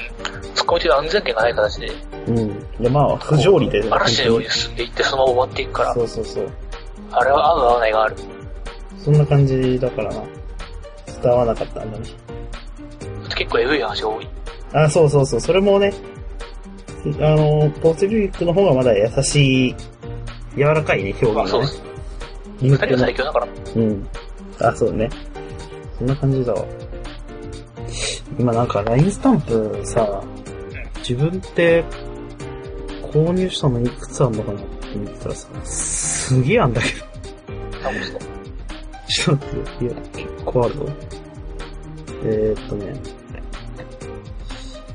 突っ込みという安全点がない形で、うん。で、まあ、不条理で、嵐のよう本に進んでいってそのまま終わっていくか当にら、そうそうそう。あれは合う合わないがある。そんな感じだからな。伝わらなかったんだね。結構エグい話が多い。あ、そうそうそう、それもね、あの、ポーチビックの方がまだ優しい、柔らかいね、ま表あ現そうでがねす。。リ二ン人クがの最強だから。うん。あ、そうね。そんな感じだわ。今なんか LINE スタンプさ、自分って購入したのいくつあんのかなって見てたらさ、すげえあんだけど。なんかちょっと待ってよ、いや、結構あるぞ。えー、っとね、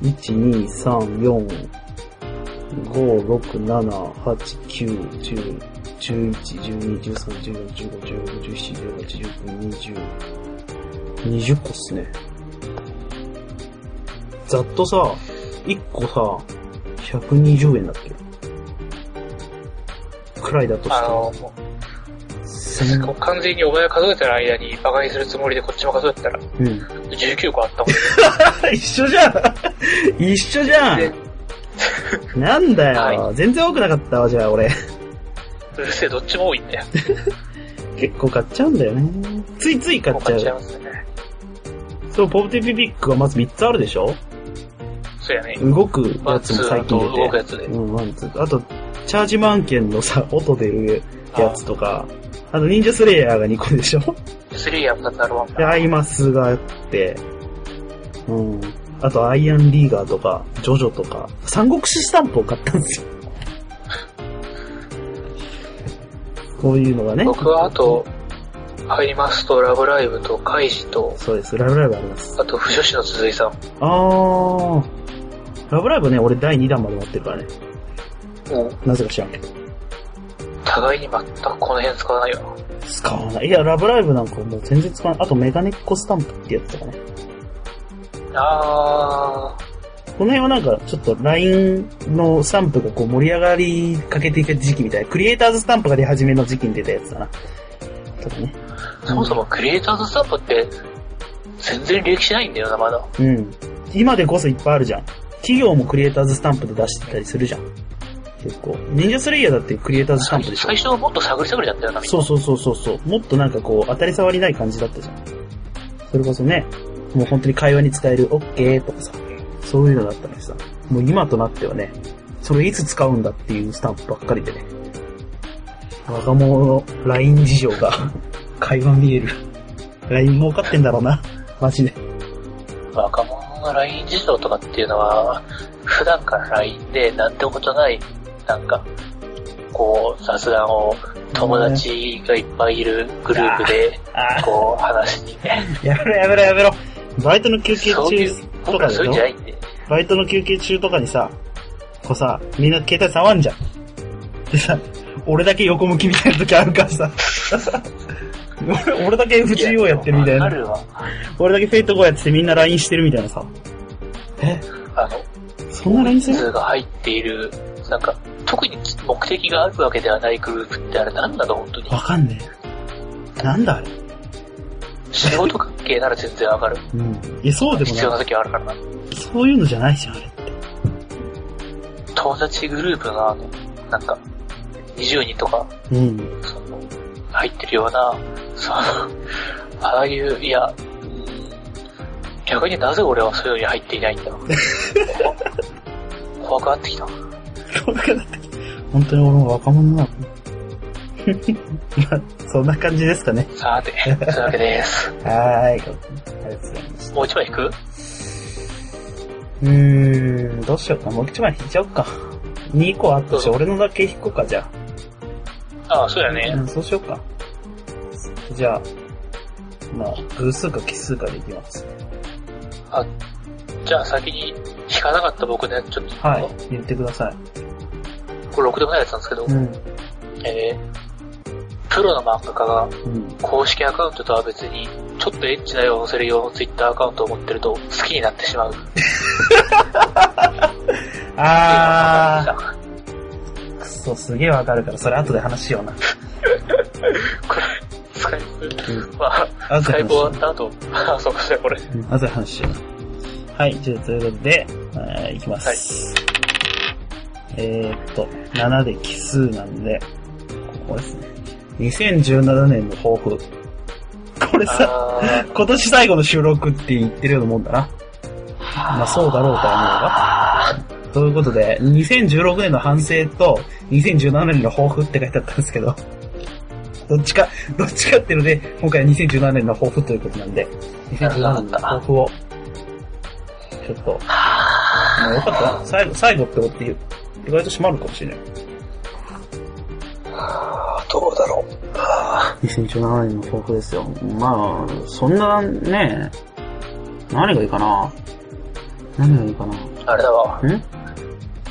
1、2、3、4、5、6、7、8、9、10、11、12、13、14、15、15、17、18、19、20、20個っすね。ざっとさ、1個さ、120円だっけくらいだとしてあの、もうもう完全にお前が数えてる間に馬鹿にするつもりでこっちも数えてたら、うん。 19個あったもんね。一緒 じゃん一緒じゃ んなんだよ、は全然多くなかったわ、じゃあ俺。うるせえ、どっちも多いんだよ。結構買っちゃうんだよね。ついつい買もっうちゃ買う。っちゃいますね。そう、ポブティピピックがまず3つあるでしょそうやね。動くワやン、ツつもー、最あと近動出くて。やつで。うん、ワン、ツー。あと、チャージマン券のさ、音出るやつとか、あと、忍者スレイヤーが2個でしょスリーやんかなるわんで、アイマスがあって、うん。あと、アイアンリーガーとか、ジョジョとか、三国志スタンプを買ったんですよ。こういうのがね。僕はあと、入りますと、ラブライブと、カイジと、そうです。ラブライブあります。あと、不女子の鈴井さん。あー。ラブライブね、俺第2弾まで持ってるからね。もう、なぜか知らんけど。互いに全くこの辺使わないよな。使わない。いや、ラブライブなんかもう全然使わない。あと、メガネっ子スタンプってやつとかね。あこの辺はなんか、ちょっと LINE のスタンプがこう盛り上がりかけていた時期みたいな。クリエイターズスタンプが出始めの時期に出たやつだな。とかね。ー、そもそもクリエイターズスタンプって、全然履歴しないんだよな、まだ。うん。今でこそいっぱいあるじゃん。企業もクリエイターズスタンプで出してたりするじゃん。結構。忍者スレイヤーだってクリエイターズスタンプでしょ最初はもっと探り探りだったよな、みんなそうそうそうそうそう。もっとなんかこう、当たり障りない感じだったじゃん。それこそね、もう本当に会話に使える OK とかさ、そういうのだったのにさ、もう今となってはね、それいつ使うんだっていうスタンプばっかりでね、若者の LINE 事情が、 会話見える。LINE 儲かってんだろうな。マジで。若者の LINE 事情とかっていうのは、普段から LINE でなんてことない、なんか、こう、雑談を友達がいっぱいいるグループで、あこう、話しにね。あ、やめろやめろやめろ。バイトの休憩そうい中う、と僕からでしそういうんょじゃないんで。バイトの休憩中とかにさ、こうさ、みんな携帯触んじゃん。でさ、俺だけ横向きみたいな時あるからさ、 俺俺だけ FGO やってるみたいわなか。るわ。俺だけフェイト5やっててみんな LINE してるみたいなさ。え、あの、そんな LINE する数が入っている、なんか、特に目的があるわけではないグループってあれ何なの本当に。わかんねえ。なんだあれ。仕事関係なら全然わかる。うん。いや、そうでも必要なな時はあるからな。い。そういうのじゃないじゃん、あれ。友達グループが、あの、なんか、20人とか、 うん。その、入ってるような、その、ああいう、いや、うん逆になぜ俺はそういうのに入っていないんだ ろう。怖くなってきた。怖くなってきた本当に俺も若者なの。 まあ、そんな感じですかね。さて、そういうわけです。はーい。ありがとうございます。もう一枚引くうーん、どうしようか。もう一枚引いちゃおうか。2個あったし、どう俺のだけ引こうか、じゃああ、そうだあ。ねう。ん、そうしようか。じゃあ、まあ、偶数か奇数かでいきます。じゃあ先に引かなかった僕ね、ちょっと、はい。言ってください。これ6でもないやつなんですけど、うん。えー、プロの漫画家がうん。公式アカウントとは別に、ちょっとエッチな絵を載せる用のツイッターアカウントを持ってると好きになってしまう。あー、くそ、すげえわかるから、それ後で話しような。これ、使いづうん。まあ、後スカでイ話プし終よわった後、あ、そうか、そうか これ。う。うん後で話しよう。はい、じゃあ、ということで、えーいきます。はいえーっと、7で奇数なんで、ここですね。2017年の抱負。これさ、あー今年最後の収録って言ってるようなもんだな。まあそうだろうとは思うが。ということで、2016年の反省と2017年の抱負って書いてあったんですけど、どっちか、どっちかっていうので、今回は2017年の抱負ということなんで、2017年の抱負を、ちょっと、よかったな最後、最後ってことで意外と閉まるかもしれない。どうだろう。あ2017年の抱負ですよ。まあ、そんなね、何がいいかな何がいいかなあれだわ。ん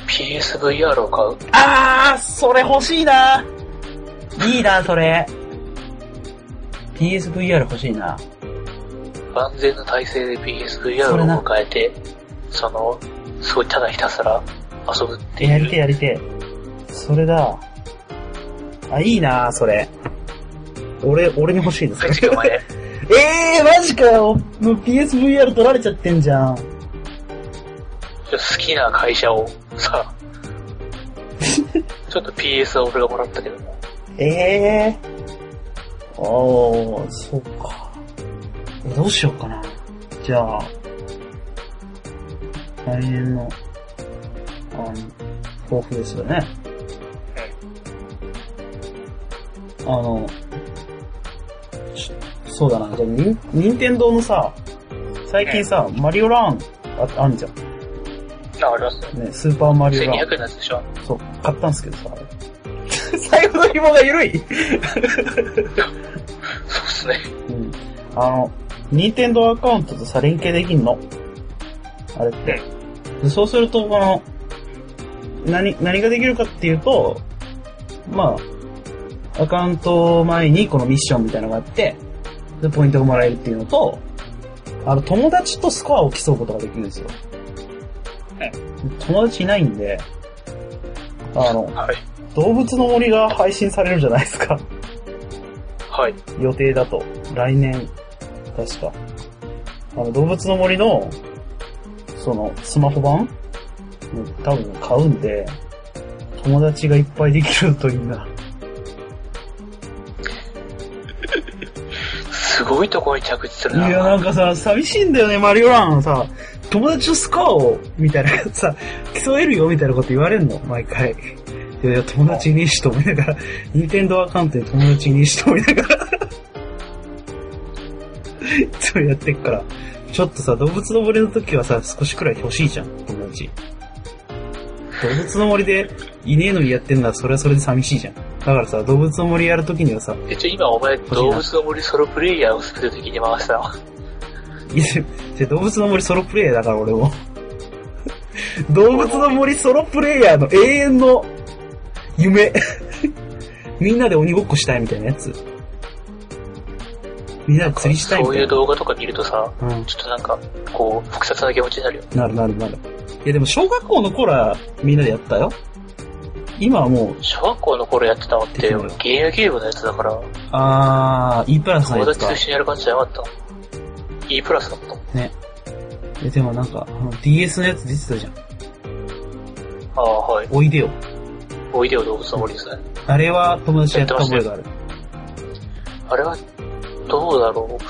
PSVR を買う。あー、それ欲しいな。いいな、それ。PSVR 欲しいな。万全の体制で PSVR それなを迎えて、その、すごいただひたすら遊ぶってやりてえいう。やりてえ。それだ。あ、いいな、それ。俺、俺に欲しいです。しかもね、 えー、マジかよ。もう PSVR 取られちゃってんじゃん。好きな会社を さ、ちょっと PS は俺がもらったけども、ええー。ああ、そうか。え、どうしようかな。じゃあ、来年の、あの、抱負ですよね。あの、しそうだな、じゃあ、ニン任天堂のさ、最近さ、マリオランあ、あんじゃん。あ、ありますね。ね、スーパーマリオラン。 1200円のやつでしょそう、買ったんですけどさ、 あれ財布の紐が緩いそうっすね。うん。あの、任天堂アカウントとさ、連携できんのあれって。でそうすると、この、何、何ができるかっていうと、まあ、アカウント前にこのミッションみたいなのがあって、で、ポイントがもらえるっていうのと、あの、友達とスコアを競うことができるんですよ。友達いないんで、あの、はい。動物の森が配信されるじゃないですか。はい。予定だと。来年、確か。あの、動物の森の、その、スマホ版多分買うんで、友達がいっぱいできるといいな。すごいとこに着地するいな。や、なんかさ、寂しいんだよね、マリオランさ、友達とスコアを、みたいな、さ、競えるよ、みたいなこと言われんの、毎回。いやいや、友達いねえしと思いながら、ニンテンドーアカウントに友達いねえしと思いながら、いつもやってっから。ちょっとさ、動物の森の時はさ、少しくらい欲しいじゃん、友達。動物の森で、いねえのにやってんなら、それはそれで寂しいじゃん。だからさ、動物の森やる時にはさ、え、ちょ、今お前、しいな動物の森ソロプレイヤーを全て的に回したわ。いや じゃあ動物の森ソロプレイヤーだから俺も。 動物の森ソロプレイヤーの永遠の夢。 みんなで鬼ごっこしたいみたいなやつ。みんなで釣りしたいみそうたいいうな。動画とか見るとさ、うんちょっとなんか、こう、複雑な気持ちになるよ。なるなるなる。いやでも小学校の頃はみんなでやったよ。今はもう、小学校の頃やってたのっできて、る俺ゲームゲームのやつだから、あー、E プラスの友やつ達かと一。緒にやる感じじゃなかった。E プラスだった。ね。え、でもなんか、あの DS のやつ出てたじゃん。ああ、はい。おいでよ。おいでよ動物の森ですね。あれは友達とやった覚えがある。あれは、どうだろう。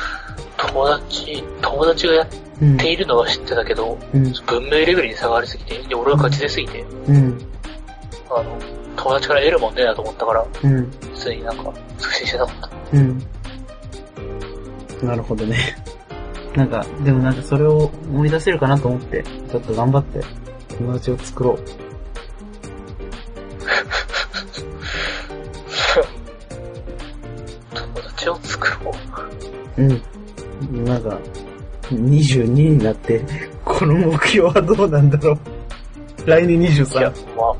友達、友達がやっうん。ているのは知ってたけど、うん。文明レベルに差がありすぎて、で俺が勝ち出すぎて、うん。あの、友達から得るもんねえなと思ったから、うん。別になんか、促進してなかった。うん。なるほどね。なんか、でもなんかそれを思い出せるかなと思って、ちょっと頑張って友達を作ろう。友達を作ろう。うん。なんか、22になって、この目標はどうなんだろう。来年いや23。、まあ、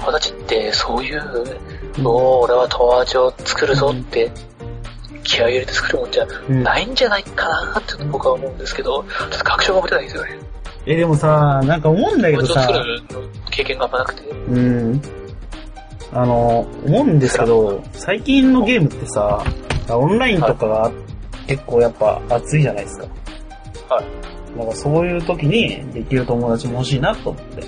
友達ってそういう、もう俺は友達を作るぞって、気合い入れて作るもんじゃうんないんじゃないかなって僕は思うんですけど、ちょっと確証が持てないんですよね。え、でもさ、なんか思うんだけ友ど達をさ作、る経験があんまなくて。うん。あの、思うんですけど、最近のゲームってさ、オンラインとかが結構やっぱ熱いじゃないですか。はい。だからそういう時にできる友達も欲しいなと思って。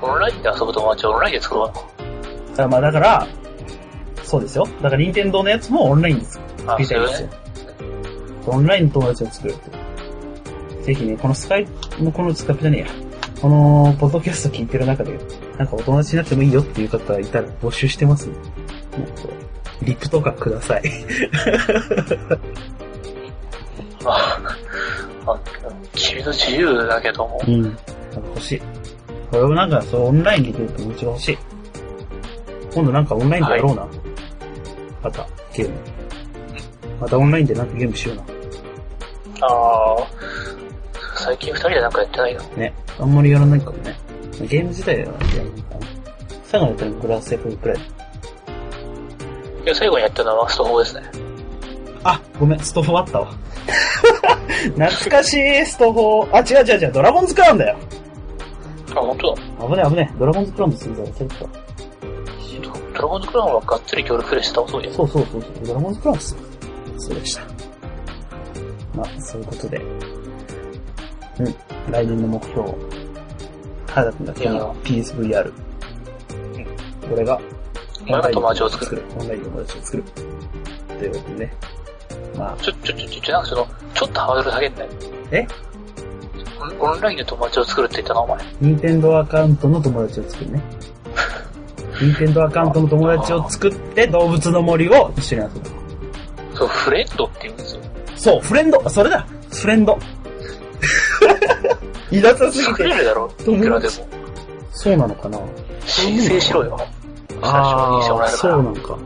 オンラインで遊ぶ友達をオンラインで作ろうあまあだから、そうですよ。だから任天堂のやつもオンラインですな。作りたいんですよ。オンラインの友達を作るって。ぜひね、このスカイプ、もうこのスカイプじゃねえや。この、ポッドキャスト聞いてる中で、なんかお友達になってもいいよっていう方いたら募集してます、ね。もうこうリプとかください。ああ君の自由だけども、うん。なんか欲しい。これをなんか、そう、オンラインでできる友達が欲しい。今度なんかオンラインでやろうな。また、ゲーム。またオンラインでなんかゲームしような。ああ、最近二人でなんかやってないのね。あんまりやらないからね。ゲーム自体はやるのかな。最後にやったのグランセブンくらい。いや、最後にやったのはスト4ですね。あ、ごめん、スト4あったわ。 懐かしい、スト4。あ、違う違う違う、ドラゴンズクラウンだよ。あ、本当だ。危ねえ危ねえ、ドラゴンズクラウンのするぞ、忘れてた。ドラゴンズクラウンはがっつり協力プレイして倒そうや。そうそうそうそう、ドラゴンズクラウンですよ。そうでした。まあ、そういうことで。うん、来年の目標。原田君が君いやは PSVR。これが、お前が友達を作る。る。オンラインの友達を作る。ということでね。まあ、ちょ、ちょ、ちょ、ちょ、なんかその、ちょっとハードル下げんなよ。えオンオンラインで友達を作るって言ったな、お前。任天堂アカウントの友達を作 るね。任天堂アカウントの友達を作って動物の森を一緒に遊ぶ。そう、フレンドって言うんですよ。そう、フレンドそれだフレンド いらさすぎ作れて。るだろ、いくらでも。そうなのかな申請しろよ。最初にしてもらえるかそうら。なのか。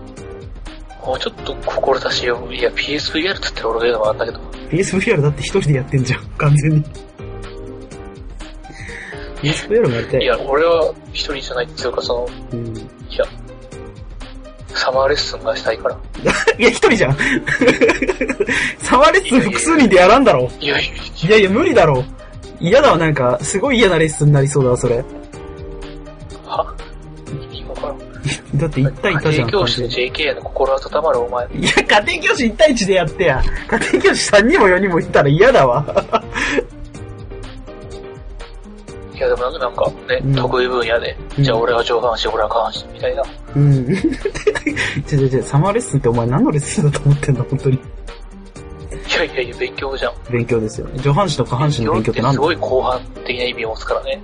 もうちょっと志を、いや、PSVR って言ったら俺が言うのもあんだけど、 PSVR だって一人でやってんじゃん、完全に。PSVR もやりたい。いや、俺は一人じゃないっていうか、その、うん、いいや、サマーレッスンがしたいから。や、一人じゃん。 サマーレッスン複数人でやらんだろ。いやいや、いやいや、無理だろ。嫌だわ、なんか、すごい嫌なレッスンになりそうだわ、それ。は今から。だって1対1じ家ゃん。庭教師完で全 JK の心温まるお前。にいや、家庭教師1対1でやってや。家庭教師3人も4人もいたら嫌だわ。いや、でもなんかね、うん得意分野で、うんじゃあ俺は上半身、俺は下半身みたいな。うん。ちょちょちょ、サマーレッスンってお前何のレッスンだと思ってんだ、本当に。いやいやいや、勉強じゃん。勉強ですよ。上半身と下半身の世論勉っ強っててす何だごい広範的な意味を持つから ね。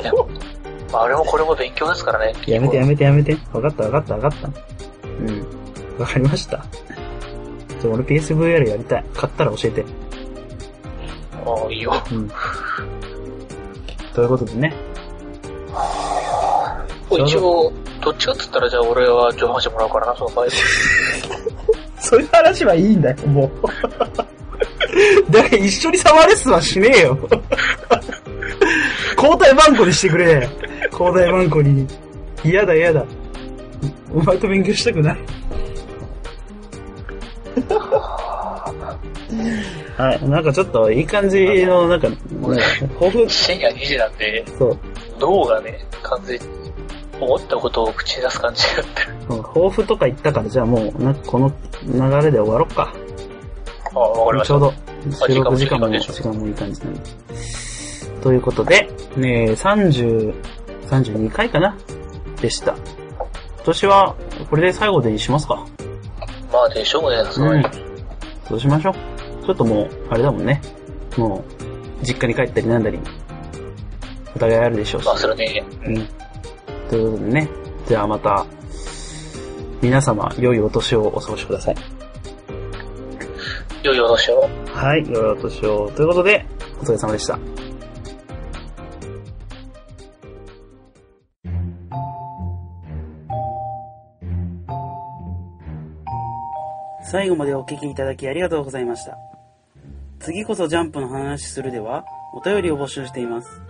いやまあ、あれもこれも勉強ですからね。やめてやめてやめて。わかったわかったわかった。うん。わかりました。じゃあ俺 PSVR やりたい。買ったら教えて。ああ、いいよ。うん。ということでね。一応、どっちかって言ったら、じゃあ俺は上半身もらうからな、その場合。そういう話はいいんだよ、もう。 だから一緒にサマーレッスンはしねえよ。交代番号にしてくれ。交代番号に。嫌だ嫌だ。お前と勉強したく ない。はい、なんかちょっといい感じの、なんか、俺抱負、深夜2時なんで、そう、脳がね、完全に思ったことを口に出す感じになってる。うん抱負とか言ったから、じゃあもう、なんかこの流れで終わろっか。ああ、わかりましちたょう。ど、収録時時間間も、も時間もいい感じなんで。ということで、ねえ、30、32回かなでした。今年は、これで最後でしますかまあ、でしょうね、その、うんそうしましょう。ちょっともう、あれだもんね。もう、実家に帰ったりなんだり、お互いあるでしょうしま。あ、それね、うん。ということでね、じゃあまた、皆様、良いお年をお過ごしください。良いお年を。はい、良いお年を。ということで、お疲れ様でした。最後までお聞きいただきありがとうございました。次こそジャンプの話するでは、お便りを募集しています。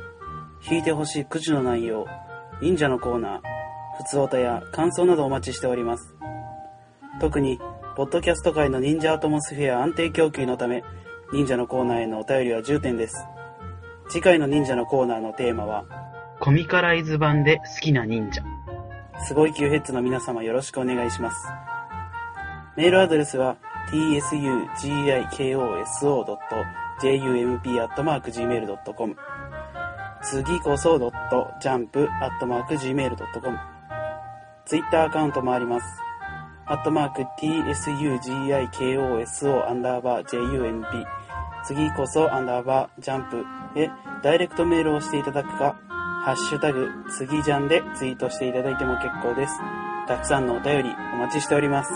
弾いてほしいくじの内容、忍者のコーナー、普通おたや感想などお待ちしております。特に、ポッドキャスト界の忍者アトモスフェア安定供給のため、忍者のコーナーへのお便りは重点です。次回の忍者のコーナーのテーマは、コミカライズ版で好きな忍者。すごい Q ヘッズの皆様よろしくお願いします。メールアドレスは tsugikoso.jump.gmail.com 次こそ .jump.gmail.com ツイッターアカウントもあります。アットマーク tsugikoso アンダーバー jump 次こそアンダーバージャンプでダイレクトメールをしていただくか、ハッシュタグ、次ジャンでツイートしていただいても結構です。たくさんのお便りお待ちしております。